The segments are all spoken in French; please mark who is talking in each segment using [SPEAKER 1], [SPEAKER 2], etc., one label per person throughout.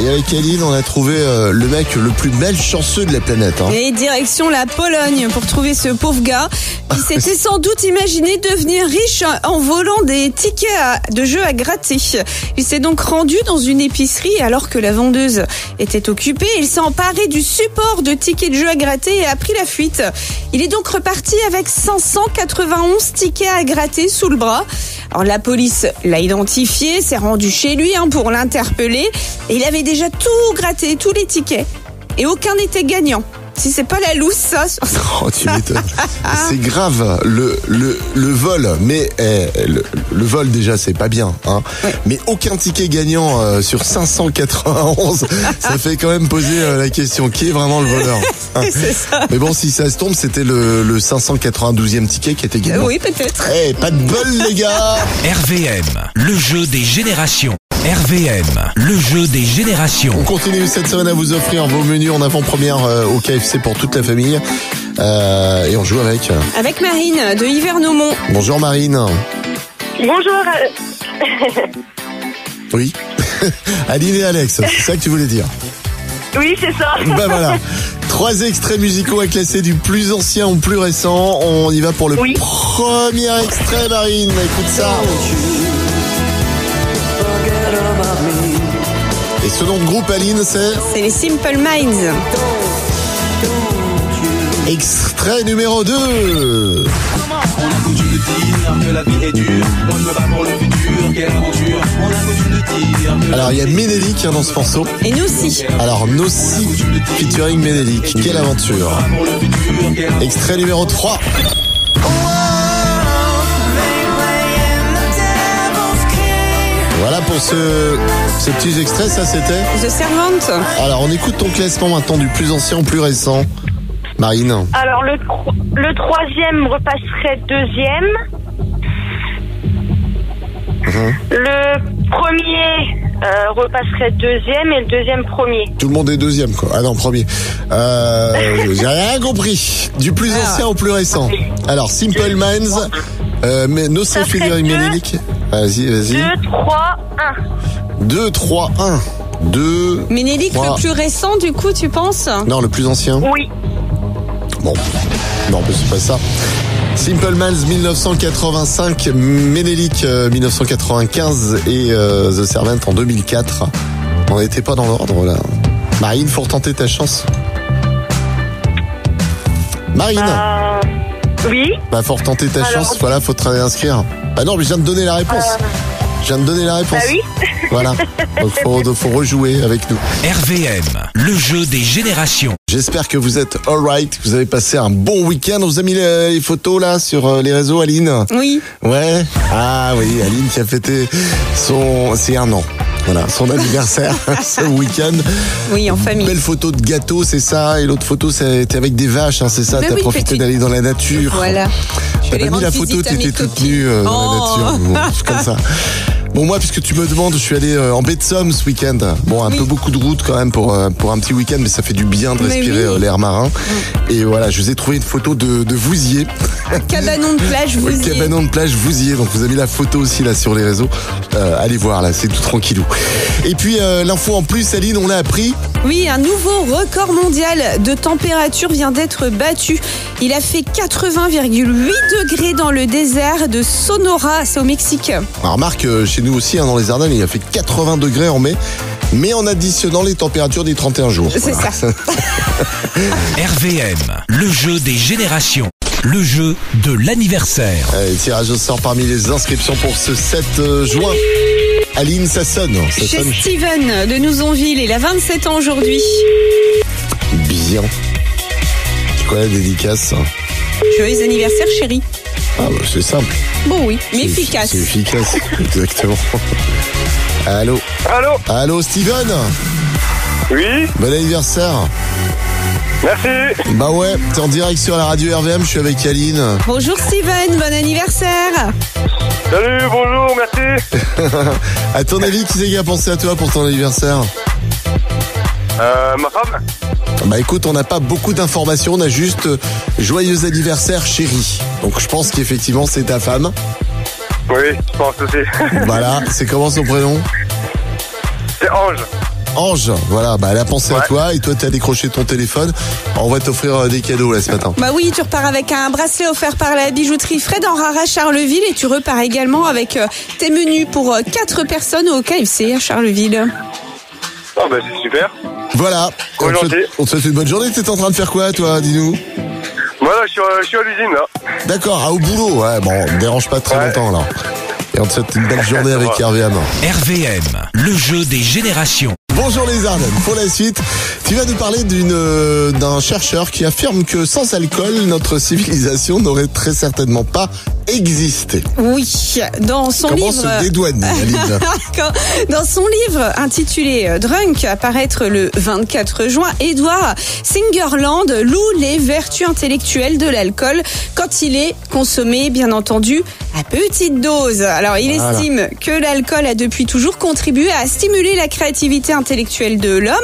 [SPEAKER 1] Et avec Aline, on a trouvé euh, le mec le plus malchanceux de la planète. hein.
[SPEAKER 2] Et direction la Pologne pour trouver ce pauvre gars qui s'était sans doute imaginé devenir riche en volant des tickets à- de jeu à gratter. Il s'est donc rendu dans une épicerie alors que la vendeuse était occupée. Il s'est emparé du support de tickets de jeu à gratter et a pris la fuite. Il est donc reparti avec 591 tickets à gratter sous le bras. Alors la police l'a identifié, s'est rendu chez lui hein, pour l'interpeller et il avait déjà tout gratté, tous les tickets et aucun n'était gagnant. Si c'est pas la loose, ça. sur-
[SPEAKER 1] Oh, tu m'étonnes. c'est grave le, le, le vol, mais eh, le, le vol déjà c'est pas bien, hein. Mais aucun ticket gagnant euh, sur 591, ça fait quand même poser euh, la question qui est vraiment le voleur. hein.
[SPEAKER 2] c'est ça.
[SPEAKER 1] mais bon, si ça se tombe, c'était le, le 592e ticket qui était gagnant.
[SPEAKER 2] euh, Oui, peut-être.
[SPEAKER 1] Eh, pas de bol les gars.
[SPEAKER 3] RVM, le jeu des générations. RVM, le jeu des générations.
[SPEAKER 1] On continue cette semaine à vous offrir vos menus en avant-première euh, au KFC pour toute la famille. Euh, et on joue avec. euh,
[SPEAKER 2] Avec Marine de Hivernomont.
[SPEAKER 1] Bonjour Marine.
[SPEAKER 4] Bonjour. euh,
[SPEAKER 1] Oui. Aline et Alex, c'est ça que tu voulais dire.
[SPEAKER 4] Oui, c'est ça.
[SPEAKER 1] Bah voilà. Trois extraits musicaux à classer du plus ancien au plus récent. On y va pour le
[SPEAKER 4] Oui.
[SPEAKER 1] premier extrait Marine. Écoute ça. Et ce nom de groupe Aline, c'est
[SPEAKER 2] C'est les Simple Minds.
[SPEAKER 1] extrait numéro 2.
[SPEAKER 5] On a coutume de dire que la vie est dure. Moi je me bats pour le futur, quelle aventure. On a coutume de dire que
[SPEAKER 1] Alors il y a Ménélique hein, dans ce morceau.
[SPEAKER 2] Et nous aussi.
[SPEAKER 1] Alors Nossi featuring Ménélique, quelle aventure
[SPEAKER 5] pour le futur, quelle
[SPEAKER 1] Extrait numéro 3 Voilà pour ce, ces petits extraits, ça c'était.
[SPEAKER 2] The Servant.
[SPEAKER 1] Alors on écoute ton classement maintenant du plus ancien au plus récent. Marine,
[SPEAKER 4] Alors, le, tro- le troisième repasserait deuxième. Le premier euh, repasserait deuxième et le deuxième premier.
[SPEAKER 1] tout le monde est deuxième quoi. Ah non, premier. Euh, J'ai rien compris. Du plus
[SPEAKER 2] Ah.
[SPEAKER 1] ancien au plus récent. Alors Simple Minds, euh, mais Nossi
[SPEAKER 4] Ça fait
[SPEAKER 1] featuring
[SPEAKER 4] deux.
[SPEAKER 1] Ménélique. Vas-y, vas-y.
[SPEAKER 4] 2, 3, 1.
[SPEAKER 1] 2, 3, 1. 2.
[SPEAKER 2] Ménélique,
[SPEAKER 1] Wow.
[SPEAKER 2] le plus récent, du coup, tu penses
[SPEAKER 1] Non, le plus ancien.
[SPEAKER 4] Oui.
[SPEAKER 1] Bon, non, mais c'est pas ça. Simple Minds 1985, Ménélique euh, 1995 et euh, The Servant en 2004. On n'était pas dans l'ordre là. Marine, faut tenter ta chance. Marine, bah,
[SPEAKER 4] Euh, oui.
[SPEAKER 1] faut retenter ta
[SPEAKER 4] alors- Euh.
[SPEAKER 1] chance. Voilà, faut te réinscrire. Ah non, mais je viens de donner la réponse. Je viens de donner la réponse.
[SPEAKER 4] Bah oui.
[SPEAKER 1] Voilà. Donc faut, faut rejouer avec nous.
[SPEAKER 3] RVM, le jeu des générations.
[SPEAKER 1] J'espère que vous êtes alright, que vous avez passé un bon week-end. On vous a mis les, les photos là sur euh, les réseaux, Aline.
[SPEAKER 2] Oui.
[SPEAKER 1] Ouais. Ah oui, Aline qui a fêté son, c'est un an. Voilà, son anniversaire ce week-end.
[SPEAKER 2] Oui, en famille.
[SPEAKER 1] Belle photo de gâteau, c'est ça. Et l'autre photo, c'était avec des vaches, hein, c'est ça.
[SPEAKER 2] Mais
[SPEAKER 1] T'as
[SPEAKER 2] oui,
[SPEAKER 1] profité
[SPEAKER 2] petite.
[SPEAKER 1] d'aller dans la nature.
[SPEAKER 2] Voilà. Je
[SPEAKER 1] T'as
[SPEAKER 2] vais
[SPEAKER 1] pas mis
[SPEAKER 2] rendre
[SPEAKER 1] la
[SPEAKER 2] visite
[SPEAKER 1] photo,
[SPEAKER 2] à mes
[SPEAKER 1] t'étais toute
[SPEAKER 2] copines.
[SPEAKER 1] nue euh, dans
[SPEAKER 2] Oh.
[SPEAKER 1] la nature. Bon, c'est comme ça. Bon, moi, puisque tu me demandes, je suis allé euh, en baie de Somme ce week-end. Bon, un
[SPEAKER 2] Oui.
[SPEAKER 1] peu beaucoup de route quand même pour, euh, pour un petit week-end, mais ça fait du bien de
[SPEAKER 2] Mais
[SPEAKER 1] respirer
[SPEAKER 2] oui.
[SPEAKER 1] euh, l'air marin. Et voilà, je vous ai trouvé une photo de, de Vouziers.
[SPEAKER 2] Cabanon de plage, vous
[SPEAKER 1] Oui,
[SPEAKER 2] y êtes.
[SPEAKER 1] cabanon de plage Vouziers. Donc vous avez la photo aussi là sur les réseaux. Euh, allez voir là, c'est tout tranquillou. Et puis euh, l'info en plus, Aline, on l'a appris.
[SPEAKER 2] Oui, un nouveau record mondial de température vient d'être battu. Il a fait 80,8 degrés dans le désert de Sonora, c'est au Mexique.
[SPEAKER 1] Alors, remarque, euh, chez nous aussi, hein, dans les Ardennes, il a fait 80 degrés en mai, mais en additionnant les températures des 31 jours.
[SPEAKER 2] C'est
[SPEAKER 1] Voilà.
[SPEAKER 2] ça.
[SPEAKER 3] RVM, le jeu des générations. Le jeu de l'anniversaire.
[SPEAKER 1] Allez, tirage au sort parmi les inscriptions pour ce 7 euh, juin. Aline, ça sonne. Ça
[SPEAKER 2] Chez
[SPEAKER 1] sonne
[SPEAKER 2] Steven de Nouzonville, il a 27 ans aujourd'hui.
[SPEAKER 1] bien. C'est quoi la dédicace hein
[SPEAKER 2] Joyeux anniversaire, chérie.
[SPEAKER 1] Ah, bah, c'est simple.
[SPEAKER 2] Bon, oui, mais
[SPEAKER 1] C'est-
[SPEAKER 2] efficace.
[SPEAKER 1] C'est efficace, exactement. Allô
[SPEAKER 6] Allô
[SPEAKER 1] Allô, Steven
[SPEAKER 6] Oui
[SPEAKER 1] Bon anniversaire
[SPEAKER 6] Merci
[SPEAKER 1] Bah ouais, t'es en direct sur la radio RVM, je suis avec Aline.
[SPEAKER 2] Bonjour Steven, bon anniversaire.
[SPEAKER 6] Salut, bonjour, merci
[SPEAKER 1] À ton avis, qui c'est qui a pensé à toi pour ton anniversaire
[SPEAKER 6] Euh, ma femme
[SPEAKER 1] Bah écoute, on n'a pas beaucoup d'informations, on a juste euh, joyeux anniversaire chérie. Donc je pense qu'effectivement c'est ta femme.
[SPEAKER 6] Oui, je pense aussi.
[SPEAKER 1] Voilà, c'est comment son prénom
[SPEAKER 6] C'est Ange
[SPEAKER 1] Ange, voilà, bah, elle a pensé à
[SPEAKER 6] Ouais.
[SPEAKER 1] toi et toi t'as décroché ton téléphone. On va t'offrir euh, des cadeaux là ce matin.
[SPEAKER 2] Bah oui, tu repars avec un bracelet offert par la bijouterie Fred en Rara Charleville et tu repars également avec euh, tes menus pour 4 personnes au KFC à Charleville.
[SPEAKER 6] Ah bah c'est super.
[SPEAKER 1] Voilà.
[SPEAKER 6] Bon,
[SPEAKER 1] on, te
[SPEAKER 6] gentil.
[SPEAKER 1] souhaite, on te souhaite une bonne journée. T'es en train de faire quoi toi, dis-nous
[SPEAKER 6] Moi là, je suis, euh, je suis à l'usine là.
[SPEAKER 1] D'accord, ah, au boulot. Ouais, bon, on ne dérange pas très
[SPEAKER 6] Ouais.
[SPEAKER 1] longtemps là. Et on te souhaite une belle journée avec
[SPEAKER 6] Ouais.
[SPEAKER 1] Hervé Hammond.
[SPEAKER 3] RVM, le jeu des générations.
[SPEAKER 1] Bonjour les Ardennes. Pour la suite, tu vas nous parler d'une euh, d'un chercheur qui affirme que sans alcool, notre civilisation n'aurait très certainement pas existé.
[SPEAKER 2] Oui, dans son
[SPEAKER 1] Comment
[SPEAKER 2] livre...
[SPEAKER 1] se dédouaner, Aline
[SPEAKER 2] Quand- hein. Dans son livre intitulé euh, Drunk, à paraître le 24 juin, Edward Singerland loue les vertus intellectuelles de l'alcool quand il est consommé, bien entendu, à petite dose. Alors, il
[SPEAKER 1] Voilà.
[SPEAKER 2] estime que l'alcool a depuis toujours contribué à stimuler la créativité intellectuelle de l'homme,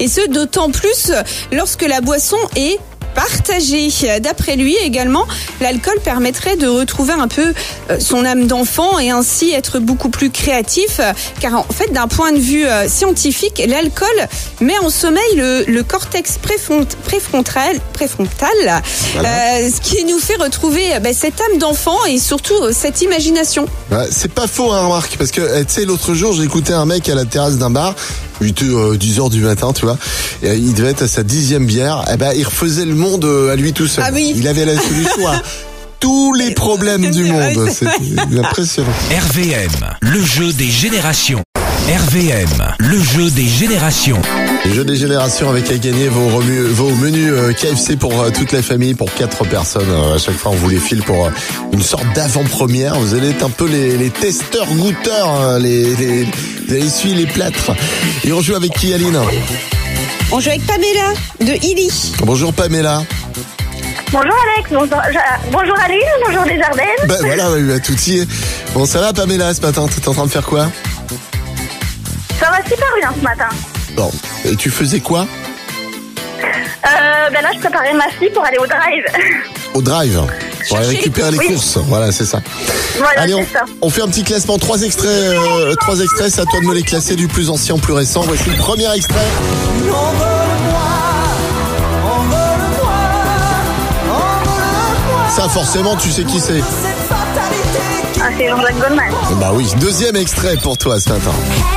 [SPEAKER 2] et ce d'autant plus lorsque la boisson est partagée. D'après lui également, l'alcool permettrait de retrouver un peu euh, son âme d'enfant et ainsi être beaucoup plus créatif. euh, Car en fait, d'un point de vue euh, scientifique, l'alcool met en sommeil le, le cortex préfront- préfrontal, préfrontal euh, ce qui nous fait retrouver euh, bah, cette âme d'enfant et surtout euh, cette imagination.
[SPEAKER 1] Ouais, C'est pas faux, hein, remarque, parce que euh, tu sais, l'autre jour, j'écoutais un mec à la terrasse d'un bar, 8 h 10 heures du matin, tu vois. et, euh, il devait être à sa dixième bière. Eh ben, il refaisait le monde euh, à lui tout seul.
[SPEAKER 2] Ah oui.
[SPEAKER 1] Il avait la solution à tous les problèmes du
[SPEAKER 2] C'est vrai,
[SPEAKER 1] monde.
[SPEAKER 2] Ah c'est
[SPEAKER 1] C'est impressionnant.
[SPEAKER 3] RVM, le jeu des générations. RVM, le jeu des générations.
[SPEAKER 1] Le jeu des générations avec à gagner vos, remue- vos menus euh, KFC pour euh, toute la famille, pour quatre personnes. Euh, à chaque fois, on vous les file pour euh, une sorte d'avant-première. Vous allez être un peu les, les testeurs goûteurs, hein, les, les, vous allez essuyer les plâtres. Et on joue avec qui, Aline
[SPEAKER 2] On joue avec Pamela de Illy.
[SPEAKER 1] Bonjour Pamela.
[SPEAKER 4] Bonjour Alex, bonjour, je- euh, bonjour Aline, bonjour les Ardennes.
[SPEAKER 1] Ben voilà, ouais, bah, tout y est. Bon, ça va Pamela ce matin T'étais en train de faire quoi
[SPEAKER 4] Ça va super bien ce matin.
[SPEAKER 1] Bon, et tu faisais quoi
[SPEAKER 4] Euh, ben là, je préparais ma fille pour aller au drive.
[SPEAKER 1] Au drive pour aller
[SPEAKER 2] Chercher les
[SPEAKER 1] récupérer les
[SPEAKER 4] courses. Oui.
[SPEAKER 1] courses. Voilà, c'est ça.
[SPEAKER 4] voilà,
[SPEAKER 1] Allez, on,
[SPEAKER 4] c'est ça.
[SPEAKER 1] on fait un petit classement. Trois extraits, euh, trois extraits. C'est à toi de me les classer du plus ancien au plus récent. Voici le premier extrait. Ça, forcément, tu sais qui c'est.
[SPEAKER 4] Ah, c'est Jean-Jacques Goldman.
[SPEAKER 1] Bah oui. Deuxième extrait pour toi ce matin.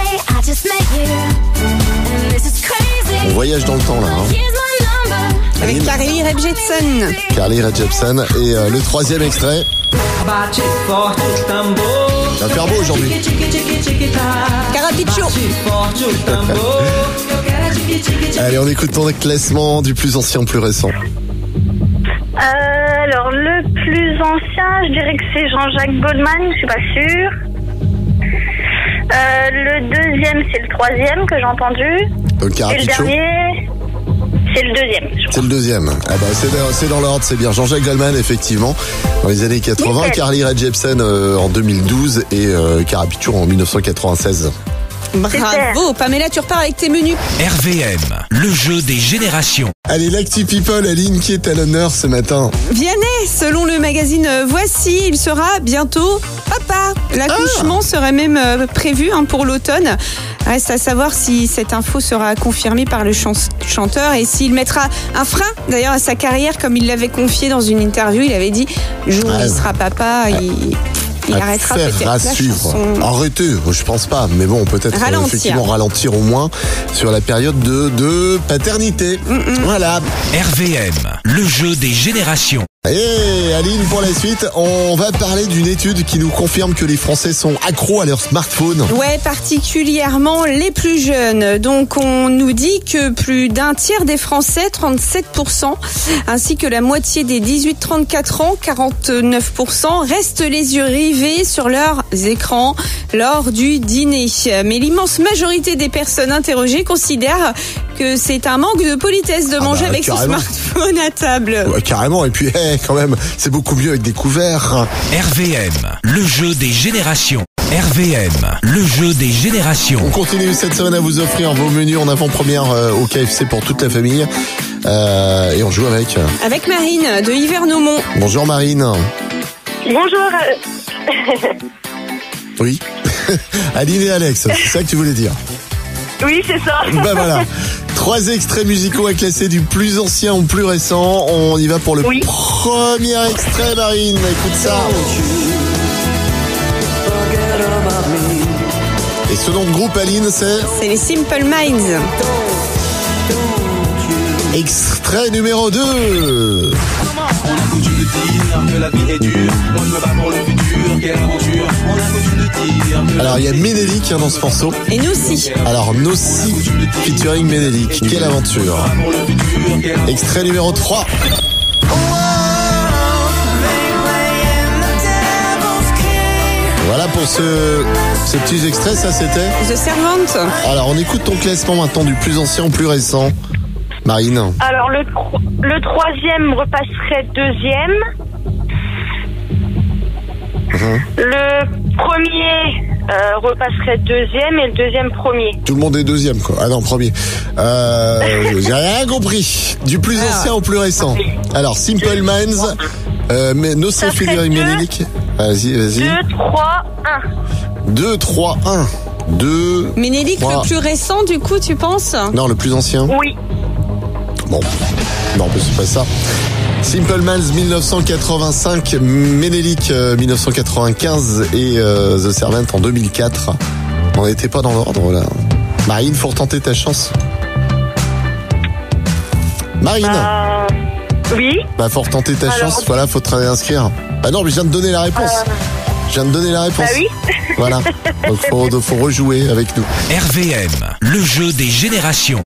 [SPEAKER 7] Hey, I just met you, and this is
[SPEAKER 1] On
[SPEAKER 7] crazy.
[SPEAKER 1] voyage dans le temps là. Hein.
[SPEAKER 7] Here's my number.
[SPEAKER 2] Avec Carly Rae Jepsen.
[SPEAKER 1] Carly Rae Jepsen et euh, le troisième extrait.
[SPEAKER 8] Bate forte o tambor.
[SPEAKER 1] Ça va faire beau aujourd'hui.
[SPEAKER 8] Tique, tique, tique, tique, tá.
[SPEAKER 2] Carapicho.
[SPEAKER 8] Bate forte o tambor. Eu quero é tique, tique, tique.
[SPEAKER 1] Allez, on écoute ton classement du plus ancien au plus récent.
[SPEAKER 4] Euh, alors, le plus ancien, je dirais que c'est Jean-Jacques Goldman, je suis pas sûre. Euh, le deuxième, c'est le troisième que j'ai entendu.
[SPEAKER 1] Donc
[SPEAKER 4] Et le
[SPEAKER 1] Carapicho,
[SPEAKER 4] dernier, c'est le deuxième, je crois.
[SPEAKER 1] c'est le deuxième. Ah bah, c'est dans- c'est dans l'ordre, c'est bien. Jean-Jacques Goldman, effectivement, dans les années 80,
[SPEAKER 4] Nickel.
[SPEAKER 1] Carly Rae Jepsen euh, en 2012 et euh, Carapicho en 1996.
[SPEAKER 2] Bravo, Pamela, tu repars avec tes menus.
[SPEAKER 3] RVM, le jeu des générations.
[SPEAKER 1] Allez, l'acti people, Aline, qui est à l'honneur ce matin
[SPEAKER 2] Vianney, selon le magazine euh, Voici, il sera bientôt papa.
[SPEAKER 1] Ah.
[SPEAKER 2] L'accouchement serait même euh, prévu hein, pour l'automne. Reste à savoir si cette info sera confirmée par le chan- chanteur et s'il mettra un frein d'ailleurs à sa carrière comme il l'avait confié dans une interview. Il avait dit, le jour où
[SPEAKER 1] Ouais.
[SPEAKER 2] il sera papa, il,
[SPEAKER 1] Ah.
[SPEAKER 2] il
[SPEAKER 1] À
[SPEAKER 2] arrêtera peut-être
[SPEAKER 1] faire à
[SPEAKER 2] la
[SPEAKER 1] suivre.
[SPEAKER 2] chanson.
[SPEAKER 1] Arrêtez, je pense pas, mais bon, peut-être euh,
[SPEAKER 2] Ralentir.
[SPEAKER 1] effectivement ralentir au moins sur la période de, de paternité. Voilà.
[SPEAKER 3] RVM, le jeu des générations.
[SPEAKER 1] Et Aline, pour la suite, on va parler d'une étude qui nous confirme que les Français sont accros à leur smartphone.
[SPEAKER 2] Ouais, particulièrement les plus jeunes. Donc on nous dit que plus d'un tiers des Français, 37%, ainsi que la moitié des 18-34 ans, 49%, restent les yeux rivés sur leurs écrans lors du dîner. Mais l'immense majorité des personnes interrogées considèrent que c'est un manque de politesse de
[SPEAKER 1] Ah
[SPEAKER 2] manger
[SPEAKER 1] bah,
[SPEAKER 2] avec son
[SPEAKER 1] carrément.
[SPEAKER 2] smartphone à table.
[SPEAKER 1] Ouais, carrément, et puis eh, quand même, c'est beaucoup mieux avec des couverts.
[SPEAKER 3] RVM, le jeu des générations. RVM, le jeu des
[SPEAKER 1] On
[SPEAKER 3] générations.
[SPEAKER 1] continue cette semaine à vous offrir vos menus en avant-première euh, au KFC pour toute la famille. Euh, et on joue avec.
[SPEAKER 2] Avec Marine de Hivernaumont.
[SPEAKER 1] Bonjour Marine.
[SPEAKER 4] Bonjour. euh,
[SPEAKER 1] Oui. Aline et Alex, c'est ça que tu voulais dire.
[SPEAKER 4] Oui, c'est ça.
[SPEAKER 1] Ben voilà. Trois extraits musicaux à classer du plus ancien au plus récent. On y va pour le
[SPEAKER 4] Oui.
[SPEAKER 1] premier extrait, Marine. Écoute ça. Et ce nom de groupe, Aline, c'est
[SPEAKER 2] C'est les Simple Minds.
[SPEAKER 1] extrait numéro 2.
[SPEAKER 5] On a coutume de dire que la vie est dure. Moi je me bats pour le futur, quelle aventure. On a coutume de dire que
[SPEAKER 1] Alors, il y a Ménélique hein, dans ce morceau.
[SPEAKER 2] Et nous aussi.
[SPEAKER 1] Alors, Nossi featuring Ménélique. Quelle aventure.
[SPEAKER 5] pour le futur, quelle
[SPEAKER 1] Extrait numéro 3. Voilà pour ce, ces petits extraits, ça c'était.
[SPEAKER 2] The Servant.
[SPEAKER 1] Alors on écoute ton classement maintenant du plus ancien au plus récent. Marine.
[SPEAKER 4] Alors, le, tro- le troisième repasserait deuxième. Le premier euh, repasserait deuxième et le deuxième premier.
[SPEAKER 1] Tout le monde est deuxième quoi. Ah non, premier. Euh, J'ai rien compris. Du plus ancien au plus récent. Alors Simple Minds, euh, mais No
[SPEAKER 4] Ça
[SPEAKER 1] Sophie
[SPEAKER 4] fait deux.
[SPEAKER 1] Ménélique. Vas-y, vas-y.
[SPEAKER 4] 2, 3, 1.
[SPEAKER 1] 2, 3, 1. 2.
[SPEAKER 2] Ménélique,
[SPEAKER 1] Trois.
[SPEAKER 2] le plus récent, du coup, tu penses
[SPEAKER 1] Non, le plus ancien.
[SPEAKER 4] Oui.
[SPEAKER 1] Bon, non, mais c'est pas ça. Simple Minds 1985, Ménélique euh, 1995 et euh, The Servant en 2004. On n'était pas dans l'ordre là. Marine, faut retenter ta chance. Marine, bah,
[SPEAKER 4] Euh, oui.
[SPEAKER 1] faut retenter ta
[SPEAKER 4] alors- Euh.
[SPEAKER 1] chance. Voilà, faut te réinscrire. Bah non, mais je viens de donner la réponse. Je viens de donner la réponse.
[SPEAKER 4] Bah oui.
[SPEAKER 1] Voilà. Donc faut, faut rejouer avec nous.
[SPEAKER 3] RVM, le jeu des générations.